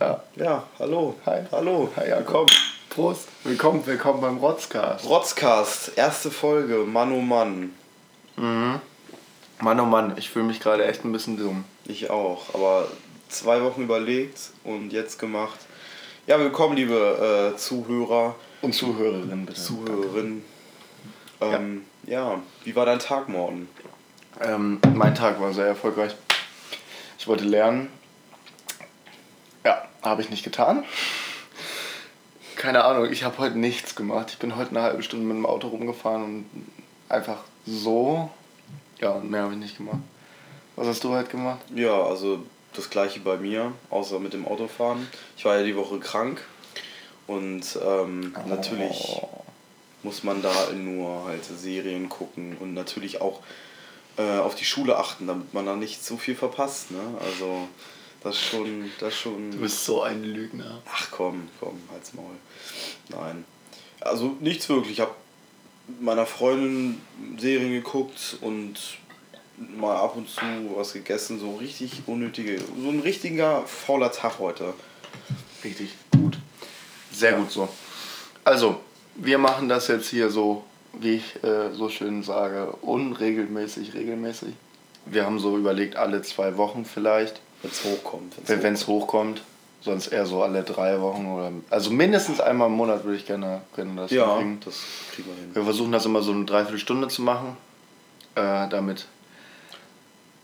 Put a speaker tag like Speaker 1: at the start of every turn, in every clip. Speaker 1: Ja.
Speaker 2: Ja, hallo.
Speaker 1: Hi.
Speaker 2: Hallo.
Speaker 1: Hi, Jakob. Prost. Willkommen, willkommen beim Rotzcast.
Speaker 2: Rotzcast, erste Folge, Mann oh Mann.
Speaker 1: Mann, oh Mann, ich fühle mich gerade echt ein bisschen dumm.
Speaker 2: Ich auch, aber zwei Wochen überlegt und jetzt gemacht. Ja, willkommen, liebe äh, Zuhörer,
Speaker 1: Und Zuhörerin bitte.
Speaker 2: Zuhörerinnen. Ähm, ja. wie war dein Tag, Morten?
Speaker 1: Ähm, mein Tag war sehr erfolgreich. Ich wollte lernen. Ja, habe ich nicht getan. Keine Ahnung, ich habe heute nichts gemacht. Ich bin heute eine halbe Stunde mit dem Auto rumgefahren und einfach so. Ja, und mehr habe ich nicht gemacht. Was hast du heute gemacht?
Speaker 2: Ja, also das gleiche bei mir, außer mit dem Autofahren. Ich war ja die Woche krank und ähm, natürlich
Speaker 1: Oh.
Speaker 2: muss man da nur halt Serien gucken und natürlich auch äh, auf die Schule achten, damit man da nicht so viel verpasst. Ne? Also das ist schon, das ist
Speaker 1: Du
Speaker 2: schon.
Speaker 1: bist so ein Lügner.
Speaker 2: Ach komm, komm, halt's Maul. Nein. Also nichts wirklich. Ich habe meiner Freundin Serien geguckt und mal ab und zu was gegessen. So richtig unnötige, so ein richtiger fauler Tag heute.
Speaker 1: Richtig gut. Sehr gut so. Also, wir machen das jetzt hier so, wie ich äh, so schön sage, unregelmäßig, regelmäßig. Wir haben so überlegt, alle zwei Wochen vielleicht,
Speaker 2: Wenn's hochkommt. wenn's
Speaker 1: wenn es hochkommt. Sonst eher so alle drei Wochen oder. Also mindestens einmal im Monat würde ich gerne, gerne das
Speaker 2: Ja,
Speaker 1: hinkriegen.
Speaker 2: das kriegen wir hin.
Speaker 1: Wir versuchen das immer so eine Dreiviertelstunde zu machen, äh, damit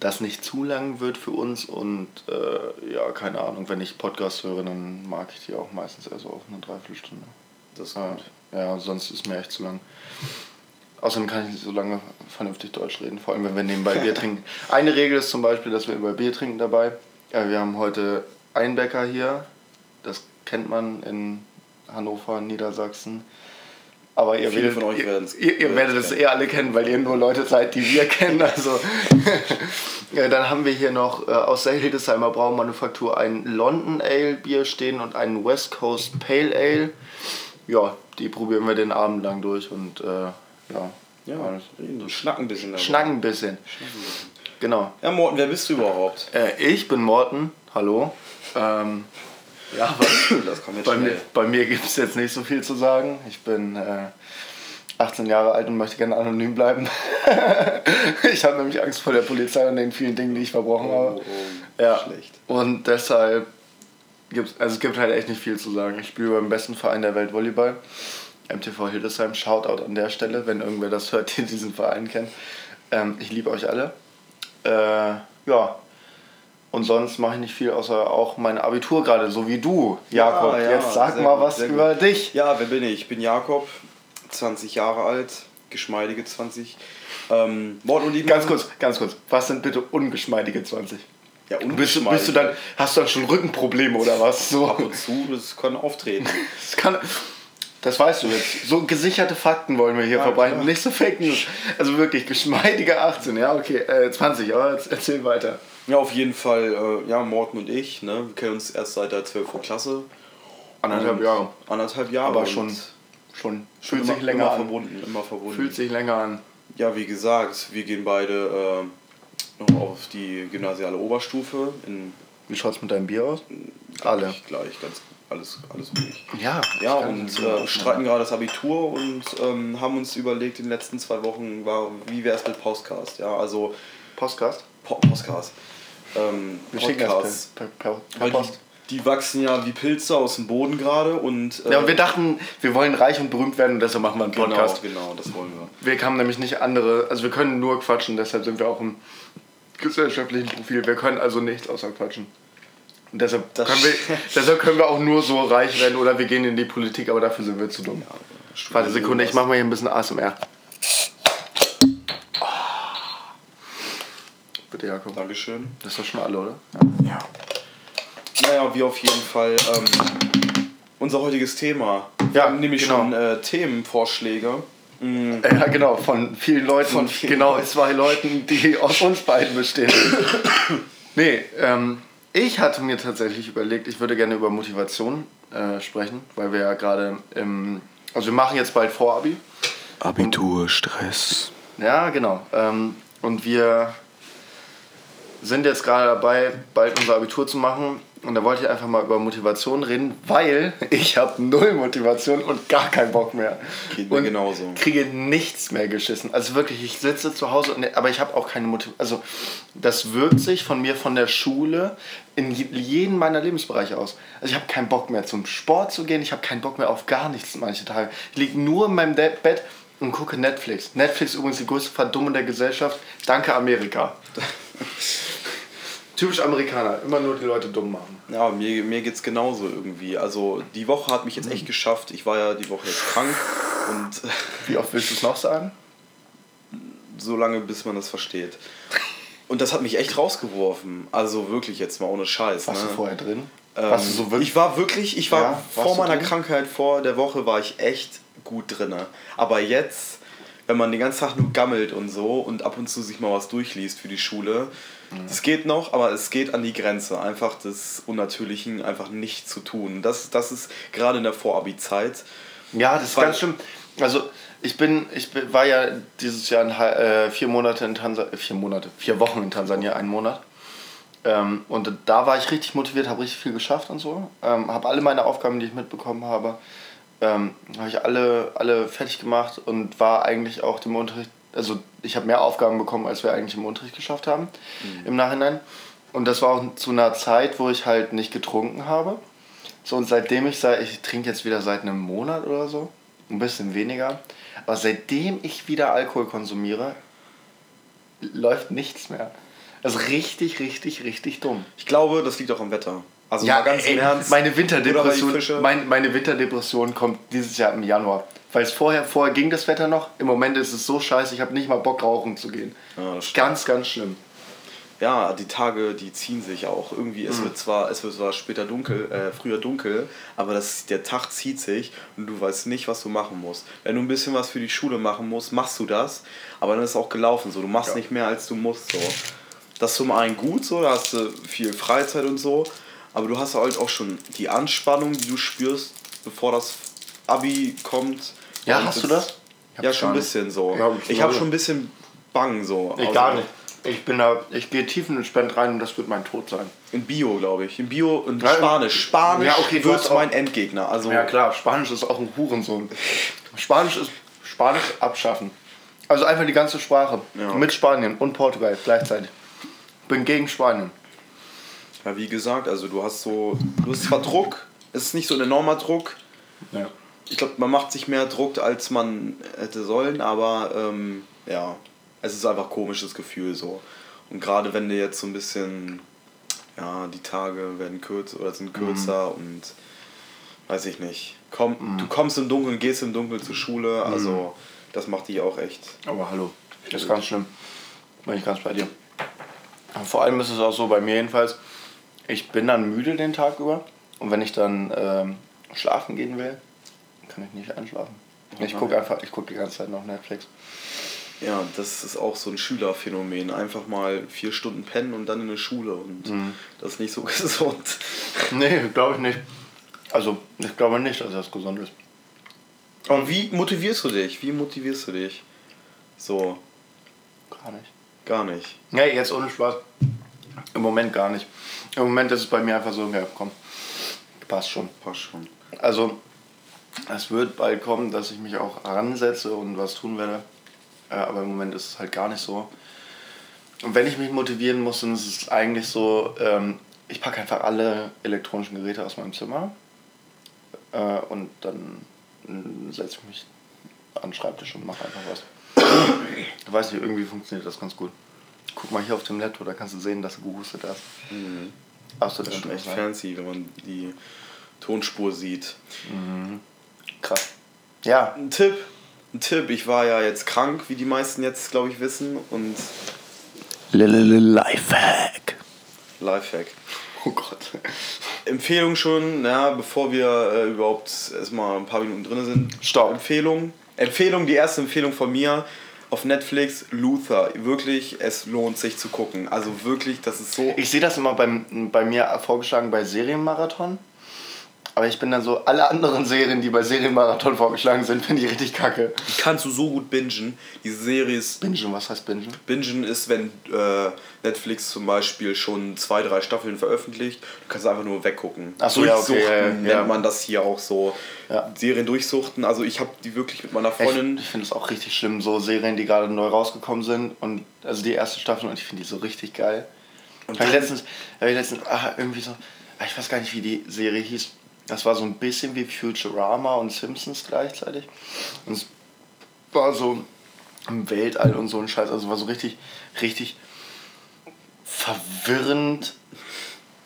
Speaker 1: das nicht zu lang wird für uns. Und äh, ja, keine Ahnung, wenn ich Podcasts höre, dann mag ich die auch meistens eher so auf eine Dreiviertelstunde.
Speaker 2: Das ist
Speaker 1: Ja,
Speaker 2: gut.
Speaker 1: ja, sonst ist mir echt zu lang. Außerdem kann ich nicht so lange vernünftig Deutsch reden, vor allem wenn wir nebenbei Bier trinken. Eine Regel ist zum Beispiel, dass wir über Bier trinken dabei. Ja, wir haben heute Einbecker hier, das kennt man in Hannover, Niedersachsen. Aber ihr
Speaker 2: Viele
Speaker 1: werdet,
Speaker 2: von euch werden's- äh,
Speaker 1: ihr, ihr, ihr werdet
Speaker 2: werden's
Speaker 1: es eh alle kennen, weil ihr nur Leute seid, die wir kennen. Also ja, dann haben wir hier noch äh, aus der Hildesheimer Braumanufaktur ein London Ale Bier stehen und einen West Coast Pale Ale. Ja, die probieren wir den Abend lang durch und äh, ja,
Speaker 2: Ja, reden. Schnacken ein bisschen. darüber.
Speaker 1: schnacken ein bisschen. Genau.
Speaker 2: Ja, Morten, wer bist du überhaupt?
Speaker 1: Äh, ich bin Morten, hallo. Ähm, ja, was?
Speaker 2: Das kam jetzt
Speaker 1: Bei mir,
Speaker 2: schnell.
Speaker 1: bei mir gibt es jetzt nicht so viel zu sagen. Ich bin äh, 18 Jahre alt und möchte gerne anonym bleiben. ich habe nämlich Angst vor der Polizei und den vielen Dingen, die ich verbrochen habe.
Speaker 2: Oh, oh,
Speaker 1: ja.
Speaker 2: schlecht.
Speaker 1: Und deshalb gibt's, also es gibt halt echt nicht viel zu sagen. Ich spiele beim besten Verein der Welt Volleyball. MTV Hildesheim, Shoutout an der Stelle, wenn irgendwer das hört, der diesen Verein kennt. Ähm, ich liebe euch alle. Äh, ja. Und sonst mache ich nicht viel, außer auch mein Abitur gerade, so wie du, Jakob.
Speaker 2: Ja, ja,
Speaker 1: Jetzt sag
Speaker 2: sehr
Speaker 1: mal
Speaker 2: gut,
Speaker 1: was
Speaker 2: sehr
Speaker 1: über
Speaker 2: gut.
Speaker 1: dich.
Speaker 2: Ja, wer bin ich? Ich bin Jakob, 20 Jahre alt, geschmeidige 20. Ähm, Morten und Lieben.
Speaker 1: Ganz kurz, ganz kurz. Was sind bitte ungeschmeidige 20?
Speaker 2: Ja, und
Speaker 1: Bist, du- bist du dann, hast du dann schon Rückenprobleme oder was? So.
Speaker 2: Ab und zu, das kann auftreten.
Speaker 1: Das kann. Das weißt du jetzt. So gesicherte Fakten wollen wir hier
Speaker 2: Ja,
Speaker 1: verbreiten.
Speaker 2: klar.
Speaker 1: Nicht so Fake News. Also wirklich, geschmeidige 18, ja, okay, äh, 20, aber jetzt erzähl weiter.
Speaker 2: ja, auf jeden Fall, äh, ja, Morten und ich, ne, wir kennen uns erst seit der 12. Klasse.
Speaker 1: Anderthalb
Speaker 2: Und
Speaker 1: Jahre.
Speaker 2: Anderthalb Jahre.
Speaker 1: Aber
Speaker 2: und
Speaker 1: schon, schon
Speaker 2: Fühlt
Speaker 1: fühlt
Speaker 2: immer,
Speaker 1: sich länger
Speaker 2: immer
Speaker 1: an.
Speaker 2: verbunden. Immer verbunden.
Speaker 1: Fühlt sich länger an.
Speaker 2: Ja, wie gesagt, wir gehen beide äh, noch auf die gymnasiale Oberstufe in
Speaker 1: Wie schaut's mit deinem Bier aus? Alle.
Speaker 2: gleich, gleich ganz alles alles ruhig.
Speaker 1: Ja.
Speaker 2: Ja,
Speaker 1: ich kann
Speaker 2: und
Speaker 1: nicht
Speaker 2: äh,
Speaker 1: mehr.
Speaker 2: streiten gerade das Abitur und ähm, haben uns überlegt in den letzten zwei Wochen, war, wie wäre es mit Postcast? Ja, also
Speaker 1: Postcast?
Speaker 2: po Postcast. Ähm,
Speaker 1: Wir schicken das
Speaker 2: Podcast.
Speaker 1: per, per, per, per
Speaker 2: Weil
Speaker 1: Post.
Speaker 2: die, die wachsen ja wie Pilze aus dem Boden gerade und. äh,
Speaker 1: Ja, und wir dachten, wir wollen reich und berühmt werden und deshalb machen wir einen
Speaker 2: genau,
Speaker 1: Podcast.
Speaker 2: genau, das wollen wir.
Speaker 1: Wir kamen nämlich nicht andere, also wir können nur quatschen, deshalb sind wir auch im gesellschaftlichen Profil. Wir können also nichts außer quatschen. Und deshalb,
Speaker 2: Das
Speaker 1: können wir, deshalb können wir auch nur so reich werden oder wir gehen in die Politik, aber dafür sind wir zu dumm. Warte Sekunde, ich mach mal hier ein bisschen ASMR. Oh. Bitte Jakob.
Speaker 2: Dankeschön.
Speaker 1: Das ist doch schon alle, oder?
Speaker 2: Ja. Naja, wir auf jeden Fall. Ähm, unser heutiges Thema. Wir
Speaker 1: Ja,
Speaker 2: haben nämlich
Speaker 1: genau.
Speaker 2: schon äh, Themenvorschläge. Mm,
Speaker 1: Ja, genau, von vielen Leuten.
Speaker 2: Von vielen
Speaker 1: genau, zwei Leuten, die aus uns beiden bestehen. nee, ähm, ich hatte mir tatsächlich überlegt, ich würde gerne über Motivation äh, sprechen, weil wir ja gerade im. Also, wir machen jetzt bald Vorabi.
Speaker 2: Abiturstress.
Speaker 1: Ja, genau. Ähm, und wir sind jetzt gerade dabei, bald unser Abitur zu machen. Und da wollte ich einfach mal über Motivation reden, weil ich habe null Motivation und gar keinen Bock mehr.
Speaker 2: Geht mir
Speaker 1: und
Speaker 2: genauso.
Speaker 1: kriege nichts mehr geschissen. Also wirklich, ich sitze zu Hause, und, aber ich habe auch keine Motivation. Also das wirkt sich von mir von der Schule in je- jeden meiner Lebensbereiche aus. Also ich habe keinen Bock mehr zum Sport zu gehen, ich habe keinen Bock mehr auf gar nichts manche Tage. Ich liege nur in meinem De Bett und gucke Netflix. Netflix ist übrigens die größte Verdummung der Gesellschaft. Danke Amerika. Typisch Amerikaner, immer nur die Leute dumm machen.
Speaker 2: Ja, mir, mir geht's genauso irgendwie. Also die Woche hat mich jetzt echt geschafft. Ich war ja die Woche jetzt krank und
Speaker 1: Wie oft willst du es noch sagen?
Speaker 2: so lange, bis man das versteht. Und das hat mich echt rausgeworfen. Also wirklich jetzt mal ohne Scheiß.
Speaker 1: Warst
Speaker 2: ne?
Speaker 1: du vorher drin?
Speaker 2: Ähm,
Speaker 1: Warst du so wirklich?
Speaker 2: Ich war wirklich, ich war
Speaker 1: Ja, warst
Speaker 2: vor
Speaker 1: du
Speaker 2: meiner
Speaker 1: drin?
Speaker 2: Krankheit, vor der Woche war ich echt gut drinne. Aber jetzt, wenn man den ganzen Tag nur gammelt und so und ab und zu sich mal was durchliest für die Schule,
Speaker 1: Mhm.
Speaker 2: das geht noch, aber es geht an die Grenze, einfach des Unnatürlichen einfach nicht zu tun. Das, das ist gerade in der Vorabi-Zeit.
Speaker 1: Ja, das ist
Speaker 2: Weil-
Speaker 1: ganz schlimm. Also ich bin, ich bin, war ja dieses Jahr ein, hal- äh, vier Monate in Tansania, vier Monate, vier Wochen in Tansania, einen Monat. Ähm, und da war ich richtig motiviert, habe richtig viel geschafft und so. Ähm, habe alle meine Aufgaben, die ich mitbekommen habe, ähm, habe ich alle, alle fertig gemacht und war eigentlich auch dem Unterricht, also ich habe mehr Aufgaben bekommen, als wir eigentlich im Unterricht geschafft haben, im Nachhinein. Und das war auch zu einer Zeit, wo ich halt nicht getrunken habe. So, und seitdem ich sage, ich trinke jetzt wieder seit einem Monat oder so, ein bisschen weniger, aber seitdem ich wieder Alkohol konsumiere, läuft nichts mehr. Das ist richtig, richtig, richtig dumm.
Speaker 2: Ich glaube, das liegt auch am Wetter. Also mal ganz
Speaker 1: ey,
Speaker 2: im Ernst.
Speaker 1: Meine
Speaker 2: Oder weil die
Speaker 1: Winterdepression,
Speaker 2: Fische-
Speaker 1: mein, meine Winterdepression kommt dieses Jahr im Januar. Weil es vorher, vorher ging das Wetter noch, im Moment ist es so scheiße, ich habe nicht mal Bock rauchen zu gehen.
Speaker 2: Ja, Ah, das stimmt.
Speaker 1: ganz, ganz schlimm.
Speaker 2: ja, die Tage, die ziehen sich auch. Irgendwie,
Speaker 1: Mhm.
Speaker 2: es wird zwar, es wird zwar später dunkel, äh, früher dunkel, aber das, der Tag zieht sich und du weißt nicht, was du machen musst. Wenn du ein bisschen was für die Schule machen musst, machst du das, aber dann ist es auch gelaufen so. Du machst
Speaker 1: Ja.
Speaker 2: nicht mehr, als du musst so. Das ist zum einen gut so, da hast du viel Freizeit und so, aber du hast halt auch schon die Anspannung, die du spürst, bevor das Abi kommt.
Speaker 1: Ja,
Speaker 2: Und
Speaker 1: hast du
Speaker 2: das-
Speaker 1: das? Ich
Speaker 2: Ja,
Speaker 1: hab's
Speaker 2: schon ein
Speaker 1: gar nicht.
Speaker 2: bisschen so.
Speaker 1: Ja,
Speaker 2: ich habe
Speaker 1: genau.
Speaker 2: schon ein bisschen Bang so.
Speaker 1: Ich
Speaker 2: Also-
Speaker 1: gar nicht. Ich bin da, ich gehe tiefenentspannt rein und das wird mein Tod sein.
Speaker 2: In Bio, glaube ich. In Bio und
Speaker 1: Ja,
Speaker 2: Spanisch. Spanisch
Speaker 1: ja, okay, du hast
Speaker 2: wird
Speaker 1: auch-
Speaker 2: mein Endgegner. Also
Speaker 1: Ja klar, Spanisch ist auch ein Hurensohn. Spanisch ist Spanisch abschaffen. Also einfach die ganze Sprache.
Speaker 2: Ja.
Speaker 1: Mit Spanien und Portugal gleichzeitig. Bin gegen Spanien.
Speaker 2: Ja, wie gesagt, also du hast so. Du hast zwar Druck, es ist nicht so ein enormer Druck.
Speaker 1: Ja.
Speaker 2: Ich glaube, man macht sich mehr Druck, als man hätte sollen, aber ähm, ja, es ist einfach ein komisches Gefühl so. Und gerade wenn du jetzt so ein bisschen, ja, die Tage werden kürzer oder sind
Speaker 1: Mhm.
Speaker 2: kürzer und weiß ich nicht. Komm, Du kommst im Dunkeln, gehst im Dunkeln zur Schule, also
Speaker 1: Mhm.
Speaker 2: das macht dich auch echt.
Speaker 1: Aber hallo, das ist ganz schlimm. Bin ich ganz bei dir. Und Vor allem ist es auch so bei mir jedenfalls, ich bin dann müde den Tag über und wenn ich dann ähm, schlafen gehen will, kann ich nicht einschlafen. Ich gucke einfach, ich gucke die ganze Zeit noch Netflix.
Speaker 2: Ja, das ist auch so ein Schülerphänomen. Einfach mal vier Stunden pennen und dann in eine Schule und das ist nicht so gesund.
Speaker 1: Nee, glaube ich nicht. Also, ich glaube nicht, dass das gesund ist.
Speaker 2: Und wie motivierst du dich? Wie motivierst du dich? So,
Speaker 1: Gar nicht.
Speaker 2: gar nicht.
Speaker 1: Nee, jetzt ohne Spaß. Im Moment gar nicht. Im Moment ist es bei mir einfach so, ja, komm, passt schon.
Speaker 2: Passt schon.
Speaker 1: Also, es wird bald kommen, dass ich mich auch ransetze und was tun werde. Äh, aber im Moment ist es halt gar nicht so. Und wenn ich mich motivieren muss, dann ist es eigentlich so, ähm, ich packe einfach alle elektronischen Geräte aus meinem Zimmer äh, und dann mm, setze ich mich an den Schreibtisch und mache einfach was. ich weiß nicht, irgendwie funktioniert das ganz gut. Guck mal hier auf dem Laptop, da kannst du sehen, dass du gehustet hast. Absolut
Speaker 2: Mhm. Das ist schon echt
Speaker 1: interessant.
Speaker 2: fancy, wenn man die Tonspur sieht.
Speaker 1: krass. Ja,
Speaker 2: Ein Tipp, ein Tipp. Ich war ja jetzt krank, wie die meisten jetzt, glaube ich, wissen. Und
Speaker 1: Lifehack.
Speaker 2: Lifehack.
Speaker 1: Oh Gott.
Speaker 2: Empfehlung schon, na, bevor wir äh, überhaupt erstmal ein paar Minuten drin sind.
Speaker 1: Stopp.
Speaker 2: Empfehlung. Empfehlung, die erste Empfehlung von mir auf Netflix, Luther. Wirklich, es lohnt sich zu gucken. Also wirklich, das ist so.
Speaker 1: Ich sehe das immer beim, bei mir vorgeschlagen bei Serienmarathon. Aber ich bin dann so, alle anderen Serien, die bei Serienmarathon vorgeschlagen sind, finde ich richtig kacke.
Speaker 2: Die kannst du so gut bingen. Diese Serie ist.
Speaker 1: Bingen, was heißt Bingen?
Speaker 2: Bingen ist, wenn äh, Netflix zum Beispiel schon zwei, drei Staffeln veröffentlicht, du kannst einfach nur weggucken.
Speaker 1: Ach so, ja, okay,
Speaker 2: durchsuchten
Speaker 1: ja, ja.
Speaker 2: nennt man das hier auch so.
Speaker 1: Ja.
Speaker 2: Serien durchsuchten. Also ich habe die wirklich mit meiner
Speaker 1: Ich,
Speaker 2: Freundin.
Speaker 1: ich finde es auch richtig schlimm, so Serien, die gerade neu rausgekommen sind und also die erste Staffel und ich finde die so richtig geil. Und
Speaker 2: Und
Speaker 1: hab ich
Speaker 2: dann-
Speaker 1: letztens, hab ich letztens ah, irgendwie so, ah, ich weiß gar nicht, wie die Serie hieß. Das war so ein bisschen wie Futurama und Simpsons gleichzeitig. Und es war so im Weltall und so ein Scheiß. Also war so richtig, richtig verwirrend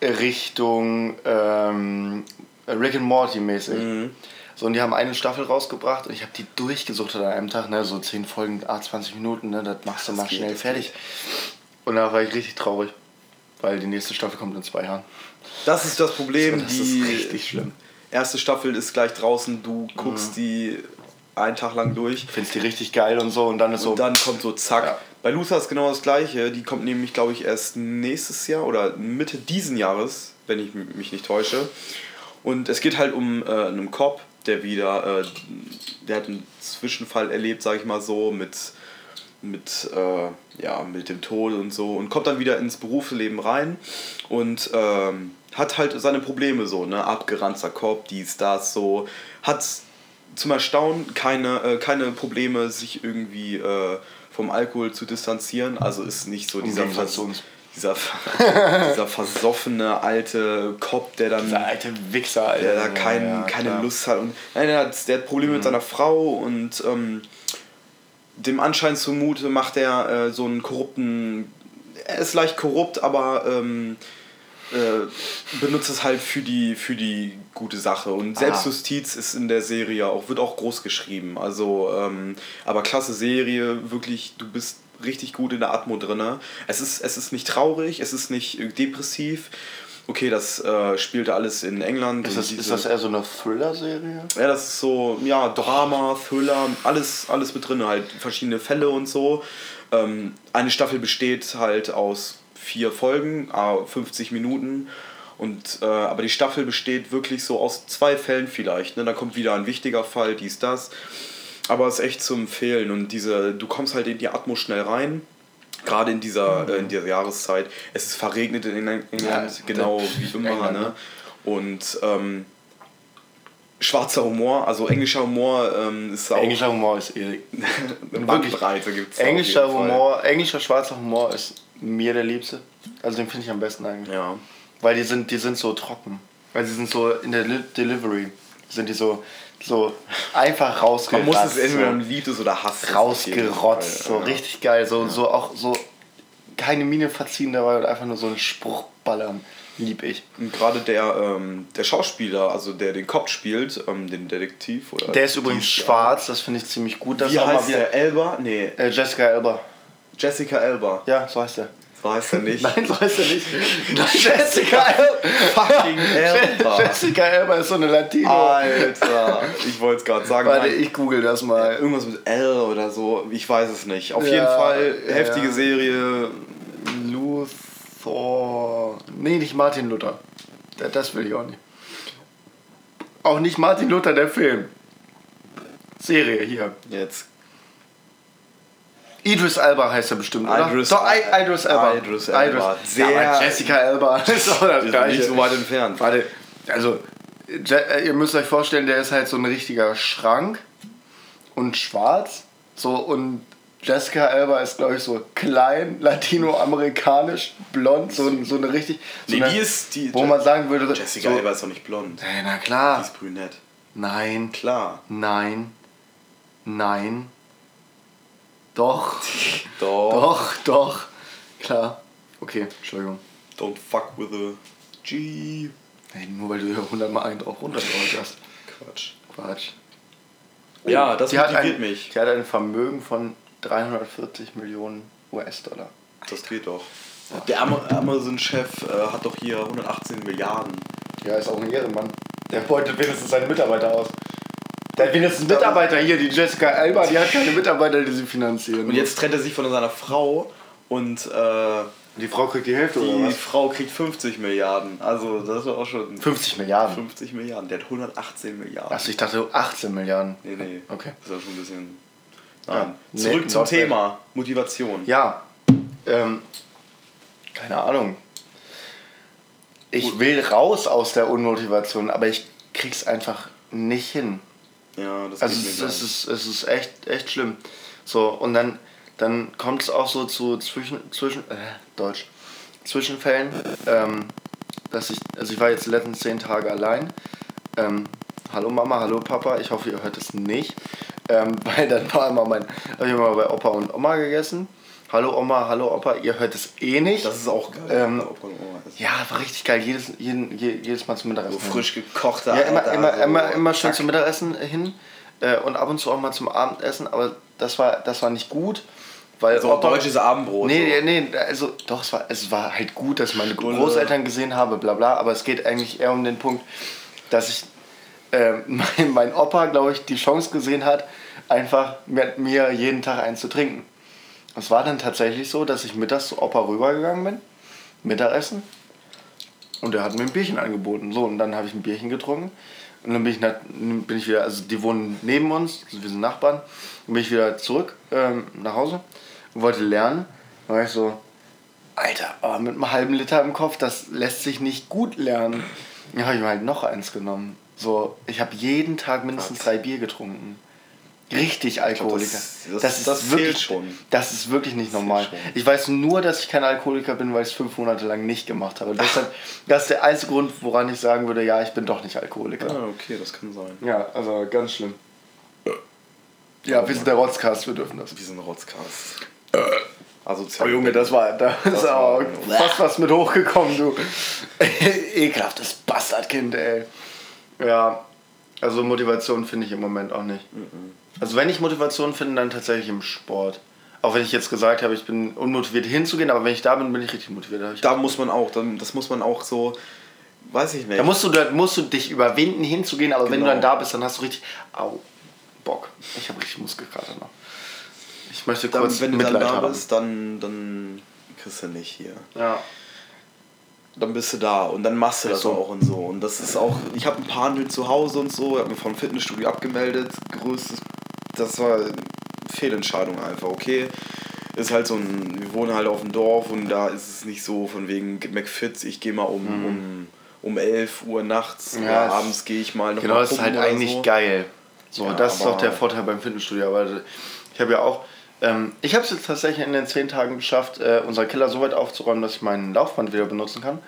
Speaker 1: Richtung ähm, Rick and Morty mäßig.
Speaker 2: Mhm.
Speaker 1: So, und die haben eine Staffel rausgebracht und ich habe die durchgesucht an einem Tag, ne? So 10 Folgen, ah, 20 Minuten, ne? Das machst du
Speaker 2: Das
Speaker 1: mal
Speaker 2: geht,
Speaker 1: schnell
Speaker 2: das
Speaker 1: fertig. Und da war ich richtig traurig, weil die nächste Staffel kommt in zwei Jahren.
Speaker 2: Das ist das Problem.
Speaker 1: So, das ist
Speaker 2: die
Speaker 1: richtig schlimm. Mhm.
Speaker 2: Erste Staffel ist gleich draußen, du guckst die einen Tag lang durch.
Speaker 1: Findest die richtig geil und so und dann ist so.
Speaker 2: Und dann kommt so zack.
Speaker 1: Ja.
Speaker 2: Bei Luther ist genau das gleiche. Die kommt nämlich, glaube ich, erst nächstes Jahr oder Mitte diesen Jahres, wenn ich m- mich nicht täusche. Und es geht halt um äh, einen Cop, der wieder, äh, der hat einen Zwischenfall erlebt, sage ich mal so, mit, mit, äh, ja, mit dem Tod und so. Und kommt dann wieder ins Berufsleben rein und ähm, hat halt seine Probleme so, ne? Abgeranzter Cop, dies, das, so. Hat zum Erstaunen keine, äh, keine Probleme, sich irgendwie äh, vom Alkohol zu distanzieren. Also ist nicht so
Speaker 1: Im
Speaker 2: dieser,
Speaker 1: Gegensatz
Speaker 2: Vers
Speaker 1: zu uns.
Speaker 2: dieser, ver- dieser versoffene alte Cop, der dann
Speaker 1: dieser alte Wichser, Alter.
Speaker 2: der da kein,
Speaker 1: Ja,
Speaker 2: keine
Speaker 1: klar. Mhm.
Speaker 2: Lust hat. Und, nein, der hat, der hat Probleme mit seiner Frau und ähm, dem Anschein zumute macht er äh, so einen korrupten. Er ist leicht korrupt, aber ähm, äh, benutzt es halt für die, für die gute Sache. Und
Speaker 1: Ah.
Speaker 2: Selbstjustiz ist in der Serie auch, wird auch groß geschrieben. Also, ähm, aber klasse Serie, wirklich, du bist richtig gut in der Atmo drinne. Es ist, es ist nicht traurig, es ist nicht äh, depressiv. Okay, das äh, spielte alles in England.
Speaker 1: Ist
Speaker 2: und
Speaker 1: das,
Speaker 2: diese-
Speaker 1: ist das eher so eine Thriller-Serie?
Speaker 2: ja, das ist so, ja, Drama, Thriller, alles, alles mit drin, halt verschiedene Fälle und so. Ähm, eine Staffel besteht halt aus vier Folgen, ah, 50 Minuten. Und, äh, aber die Staffel besteht wirklich so aus zwei Fällen vielleicht. Ne? Da kommt wieder ein wichtiger Fall, dies, das. Aber es ist echt zu empfehlen. Und diese, du kommst halt in die Atmo schnell rein. Gerade in dieser, äh, in dieser Jahreszeit. Es ist verregnet in England,
Speaker 1: Mhm. Ja,
Speaker 2: genau
Speaker 1: da-
Speaker 2: wie immer.
Speaker 1: England,
Speaker 2: ne?
Speaker 1: ne?
Speaker 2: Und ähm, schwarzer Humor, also englischer Humor ähm, ist auch
Speaker 1: Englischer Humor ist eh.
Speaker 2: eine
Speaker 1: wirklich.
Speaker 2: Bandbreite gibt's da auf
Speaker 1: Englischer
Speaker 2: jeden Fall.
Speaker 1: Humor, englischer schwarzer Humor ist mir der Liebste. Also den finde ich am besten eigentlich.
Speaker 2: Ja.
Speaker 1: Weil die sind, die sind so trocken. Weil sie sind so in der Li- Delivery. Sind die so, so einfach
Speaker 2: Man
Speaker 1: rausgerotzt.
Speaker 2: muss es entweder man
Speaker 1: so
Speaker 2: liebt es oder hasst es.
Speaker 1: rausgerotzt. So
Speaker 2: Ja.
Speaker 1: richtig geil. So, so auch so keine Miene verziehen dabei und einfach nur so einen Spruch ballern. Lieb ich.
Speaker 2: Und gerade der, ähm, der Schauspieler, also der den Cop spielt, ähm, den Detektiv oder.
Speaker 1: Der ist übrigens
Speaker 2: dies-
Speaker 1: schwarz, das finde ich ziemlich gut. Das
Speaker 2: Wie
Speaker 1: auch mal
Speaker 2: heißt
Speaker 1: wieder-
Speaker 2: der? Elba? Nee,
Speaker 1: Äh, Jessica Elba.
Speaker 2: Jessica Elba.
Speaker 1: Ja, so heißt er.
Speaker 2: So heißt er nicht.
Speaker 1: Nein, so heißt er nicht. Nein, Jessica Elba.
Speaker 2: Fucking Elba. Ah,
Speaker 1: Jessica Elba ist so eine Latino.
Speaker 2: Alter. Ich wollte es gerade sagen.
Speaker 1: Warte,
Speaker 2: nein.
Speaker 1: ich google das mal.
Speaker 2: Irgendwas mit L oder so, ich weiß es nicht. Auf
Speaker 1: Ja,
Speaker 2: jeden Fall
Speaker 1: ja.
Speaker 2: heftige Serie.
Speaker 1: Luther. Nee, nicht Martin Luther. Da- Das will ich auch nicht. Auch nicht Martin Luther, der Film. Serie hier.
Speaker 2: Jetzt.
Speaker 1: Idris Elba heißt er bestimmt, oder?
Speaker 2: Idris-
Speaker 1: Doch, I Idris Elba.
Speaker 2: Idris Elba. Sehr-
Speaker 1: ja, aber Jessica Elba ist auch das
Speaker 2: Wir sind
Speaker 1: Gleiche.
Speaker 2: nicht so weit entfernt.
Speaker 1: Warte, also, Je äh, ihr müsst euch vorstellen, der ist halt so ein richtiger Schrank und schwarz. So, und Jessica Alba ist, glaube ich, so klein, latinoamerikanisch, blond, so, so eine richtig. So
Speaker 2: Nee,
Speaker 1: eine,
Speaker 2: die ist die.
Speaker 1: wo man sagen würde,
Speaker 2: Jessica
Speaker 1: so,
Speaker 2: Alba ist doch nicht blond.
Speaker 1: Ey, na
Speaker 2: Die
Speaker 1: klar.
Speaker 2: ist brünett.
Speaker 1: Nein,
Speaker 2: Klar.
Speaker 1: nein, nein. Doch,
Speaker 2: Doch.
Speaker 1: doch, doch. Klar. Okay, Entschuldigung.
Speaker 2: Don't fuck with a G.
Speaker 1: Ey, nur weil du hier 100 Mal einen drauf runtergeholt hast.
Speaker 2: Quatsch. Oh,
Speaker 1: Quatsch.
Speaker 2: Ja, das
Speaker 1: Die hat,
Speaker 2: motiviert
Speaker 1: ein,
Speaker 2: mich.
Speaker 1: die hat ein Vermögen von 340 Millionen US-Dollar.
Speaker 2: Das geht doch. Der Ama- Amazon-Chef äh, hat doch hier 118 Milliarden.
Speaker 1: Ja, ist auch ein Ehrenmann. Der beutet wenigstens seine Mitarbeiter aus. Der hat wenigstens Mitarbeiter hier, die Jessica Alba, die hat keine Mitarbeiter, die sie finanzieren.
Speaker 2: Und jetzt trennt er sich von seiner Frau und äh,
Speaker 1: Die Frau kriegt die Hälfte oder
Speaker 2: Die
Speaker 1: was?
Speaker 2: Frau kriegt 50 Milliarden. Also das ist auch schon
Speaker 1: 50 Milliarden.
Speaker 2: 50 Milliarden. Der hat 118 Milliarden.
Speaker 1: Achso, ich dachte 18 Milliarden.
Speaker 2: Nee, nee.
Speaker 1: Okay.
Speaker 2: Das ist auch schon ein bisschen.
Speaker 1: Ja.
Speaker 2: Nein.
Speaker 1: Nee,
Speaker 2: Zurück zum
Speaker 1: not bad.
Speaker 2: Thema Motivation.
Speaker 1: Ja. Ähm, keine Ahnung. Ich will raus aus der Unmotivation, aber ich krieg's einfach nicht hin.
Speaker 2: Ja, das
Speaker 1: Also
Speaker 2: geht mir
Speaker 1: es,
Speaker 2: gleich.
Speaker 1: es ist, es ist echt, echt schlimm. So, und dann, dann kommt es auch so zu zwischen, zwischen äh, Deutsch, Zwischenfällen, ähm, dass ich, also ich war jetzt die letzten zehn Tage allein. Ähm, hallo Mama, hallo Papa, ich hoffe, ihr hört es nicht. Ähm, weil dann war immer mein, hab ich immer bei Opa und Oma gegessen. Hallo Oma, hallo Opa, ihr hört es eh nicht.
Speaker 2: Das ist auch geil.
Speaker 1: Ähm,
Speaker 2: Ob man- oh, das ist
Speaker 1: ja, war richtig geil, jedes, jeden, je- jedes Mal zum Mittagessen.
Speaker 2: so frisch gekochter.
Speaker 1: Ja, immer,
Speaker 2: Alter, also.
Speaker 1: immer,
Speaker 2: so.
Speaker 1: immer, immer schön zum Mittagessen hin äh, und ab und zu auch mal zum Abendessen, aber das war, das war nicht gut, weil
Speaker 2: So ein
Speaker 1: Opa-
Speaker 2: deutsches Abendbrot.
Speaker 1: Nee,
Speaker 2: Also, so.
Speaker 1: nee, also doch, es war, es war halt gut, dass ich meine
Speaker 2: Stulle.
Speaker 1: Großeltern gesehen habe, bla bla, aber es geht eigentlich eher um den Punkt, dass ich äh, mein, mein Opa, glaube ich, die Chance gesehen hat, einfach mit mir jeden Tag eins zu trinken. Es war dann tatsächlich so, dass ich mittags zu Opa rübergegangen bin, Mittagessen, und er hat mir ein Bierchen angeboten. So, und dann habe ich ein Bierchen getrunken. Und dann bin ich, nach, bin ich wieder, also die wohnen neben uns, also wir sind Nachbarn. Dann bin ich wieder zurück ähm, nach Hause und wollte lernen. Da war ich so, Alter, aber mit einem halben Liter im Kopf, das lässt sich nicht gut lernen. Dann habe ich mir halt noch eins genommen. So, ich habe jeden Tag mindestens drei Bier getrunken. Richtig Alkoholiker.
Speaker 2: das- das fehlt schon.
Speaker 1: Das ist wirklich nicht normal.
Speaker 2: schon.
Speaker 1: Ich weiß nur, dass ich kein Alkoholiker bin, weil ich es fünf Monate lang nicht gemacht habe. Das, hat, das ist der einzige Grund, woran ich sagen würde, ja, ich bin doch nicht Alkoholiker.
Speaker 2: Ah, okay, das kann sein.
Speaker 1: Ja, also ganz schlimm. Ja, wir sind der Rotzcast, wir dürfen das.
Speaker 2: Wie so ein Rotzkast. Also
Speaker 1: Oh Junge, das war, das ist aber
Speaker 2: war-
Speaker 1: fast was mit hochgekommen, du. Ekelhaftes Bastardkind, ey. Ja, also Motivation finde ich im Moment auch nicht. Also wenn ich Motivation finde, dann tatsächlich im Sport. Auch wenn ich jetzt gesagt habe, ich bin unmotiviert hinzugehen, aber wenn ich da bin, bin ich richtig motiviert. Da hab ich-
Speaker 2: Da muss man auch, dann- das muss man auch so, weiß ich nicht.
Speaker 1: Da musst du, da musst du dich überwinden, hinzugehen, aber wenn du
Speaker 2: Genau.
Speaker 1: dann da bist, dann hast du richtig. Au, Bock. Ich habe richtig Muskelkater noch. Ich möchte
Speaker 2: dann,
Speaker 1: kurz
Speaker 2: wenn du
Speaker 1: Mitleid
Speaker 2: dann da
Speaker 1: haben.
Speaker 2: bist, dann, dann kriegst du nicht hier.
Speaker 1: Ja.
Speaker 2: Dann bist du da und dann machst du das
Speaker 1: Ach so.
Speaker 2: auch und so. Und das ist auch, ich habe ein Pandel zu Hause und so, habe mir vom Fitnessstudio abgemeldet. Größtes, das war Fehlentscheidung einfach, okay. Ist halt so ein, wir wohnen halt auf dem Dorf und da ist es nicht so von wegen gib McFits, ich gehe mal um, um, um 11 Uhr nachts
Speaker 1: Mhm. Ja,
Speaker 2: oder
Speaker 1: es-
Speaker 2: abends gehe ich mal noch
Speaker 1: Genau,
Speaker 2: mal
Speaker 1: das ist
Speaker 2: pumpen
Speaker 1: halt
Speaker 2: oder
Speaker 1: eigentlich
Speaker 2: so.
Speaker 1: geil. So,
Speaker 2: Ja,
Speaker 1: das ist
Speaker 2: aber-
Speaker 1: doch der Vorteil beim Fitnessstudio. Aber ich habe ja auch, ähm, ich habe es jetzt tatsächlich in den zehn Tagen geschafft, äh, unseren Keller so weit aufzuräumen, dass ich meinen Laufband wieder benutzen kann.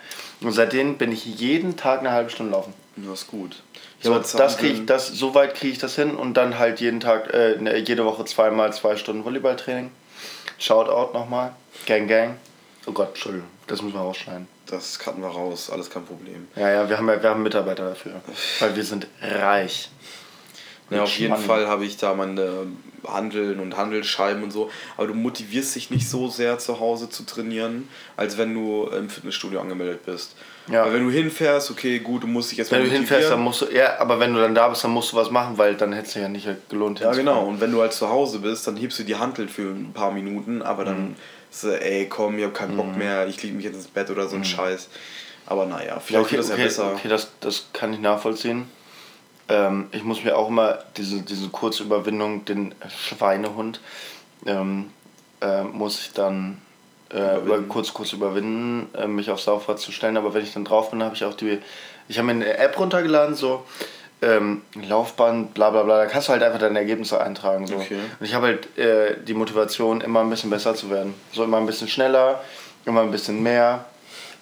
Speaker 1: Und seitdem bin ich jeden Tag eine halbe Stunde laufen.
Speaker 2: Ja, ist gut. Ich
Speaker 1: So,
Speaker 2: hab jetzt
Speaker 1: das
Speaker 2: am-
Speaker 1: krieg ich, das, so weit kriege ich das hin und dann halt jeden Tag, äh, ne, jede Woche zweimal zwei Stunden Volleyballtraining. Shoutout nochmal. Gang, gang. Oh Gott, Entschuldigung, das müssen wir rausschneiden.
Speaker 2: Das cutten wir raus, alles kein Problem.
Speaker 1: Ja, ja, wir haben ja, wir haben Mitarbeiter dafür. Weil wir sind reich.
Speaker 2: Ja, auf jeden
Speaker 1: Schmann.
Speaker 2: Fall habe ich da meine Handeln und Handelsscheiben und so. Aber du motivierst dich nicht so sehr zu Hause zu trainieren, als wenn du im Fitnessstudio angemeldet bist.
Speaker 1: Ja.
Speaker 2: Weil wenn du hinfährst, okay, gut, du musst dich jetzt
Speaker 1: Wenn du
Speaker 2: motivieren.
Speaker 1: hinfährst, dann musst du, ja, aber wenn du dann da bist, dann musst du was machen, weil dann hätte es ja nicht gelohnt.
Speaker 2: Ja,
Speaker 1: hinzufahren.
Speaker 2: genau. Und wenn du halt zu Hause bist, dann hebst du die Hantel für ein paar Minuten, aber dann
Speaker 1: Mhm.
Speaker 2: ist äh, ey, komm, ich habe keinen Bock mehr, ich liege mich jetzt ins Bett oder so ein Scheiß. Aber naja,
Speaker 1: Mhm. Ja,
Speaker 2: vielleicht
Speaker 1: okay,
Speaker 2: wird das ja
Speaker 1: okay,
Speaker 2: besser.
Speaker 1: okay das, das kann ich nachvollziehen. Ähm, ich muss mir auch immer diese, diese kurze Überwindung, den Schweinehund, ähm, äh, muss ich dann äh, über,
Speaker 2: Überwinden.
Speaker 1: kurz, kurz überwinden, äh, mich auf Saufrad zu stellen. Aber wenn ich dann drauf bin, habe ich auch die. Ich habe mir eine App runtergeladen, so ähm, Laufbahn, bla bla bla. Da kannst du halt einfach deine Ergebnisse eintragen. So.
Speaker 2: Okay.
Speaker 1: Und ich habe halt äh, die Motivation, immer ein bisschen besser zu werden. So immer ein bisschen schneller, immer ein bisschen mehr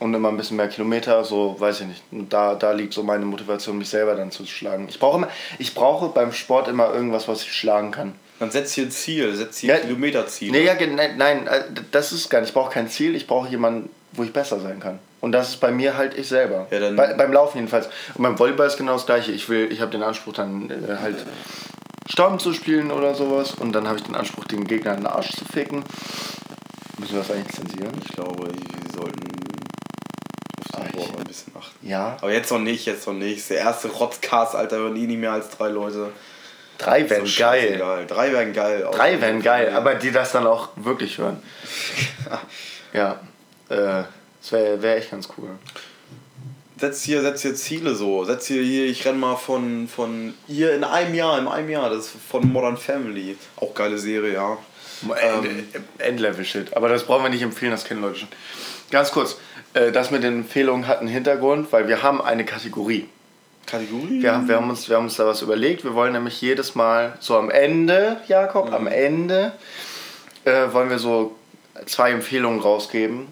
Speaker 1: und immer ein bisschen mehr Kilometer. So weiß ich nicht. Und da, da liegt so meine Motivation, mich selber dann zu schlagen. Ich brauche, immer, ich brauche beim Sport immer irgendwas, was ich schlagen kann.
Speaker 2: Dann setzt dir ein Ziel, setzt dir ein
Speaker 1: Ja.
Speaker 2: Kilometerziel.
Speaker 1: Nee, ja, gen- nein, nein, äh, das ist gar nicht. Ich brauche kein Ziel, ich brauche jemanden, wo ich besser sein kann. Und das ist bei mir halt ich selber.
Speaker 2: Ja, dann-
Speaker 1: bei, beim Laufen jedenfalls. Und beim Volleyball ist genau das gleiche. Ich will, ich habe den Anspruch dann äh, halt Stamm zu spielen oder sowas. Und dann habe ich den Anspruch, den Gegner in den Arsch zu ficken. Müssen wir das eigentlich zensieren?
Speaker 2: Ich glaube, wir sollten auf die Worte ein bisschen achten.
Speaker 1: Ja.
Speaker 2: Aber jetzt noch nicht, jetzt noch nicht. Ist Der erste Rotzcast, Alter, hören eh nicht mehr als drei Leute.
Speaker 1: Drei wären
Speaker 2: So
Speaker 1: geil.
Speaker 2: scheißegal. Drei wären geil.
Speaker 1: Drei wären geil, aber die das dann auch wirklich hören. ja. äh, das wäre wär echt ganz cool.
Speaker 2: Setz hier, setz hier Ziele so. Setz hier, hier ich renn mal von, von hier in einem Jahr, in einem Jahr. Das ist von Modern Family. Auch geile Serie, ja. Ähm,
Speaker 1: End, Endlevel-Shit. Aber das brauchen wir nicht empfehlen, das kennen Leute schon. Ganz kurz, äh, das mit den Empfehlungen hat einen Hintergrund, weil wir haben eine Kategorie.
Speaker 2: Kategorie?
Speaker 1: Wir haben, wir, haben uns, wir haben uns da was überlegt. Wir wollen nämlich jedes Mal, so am Ende, Jakob,
Speaker 2: Mhm.
Speaker 1: am Ende, äh, wollen wir so zwei Empfehlungen rausgeben.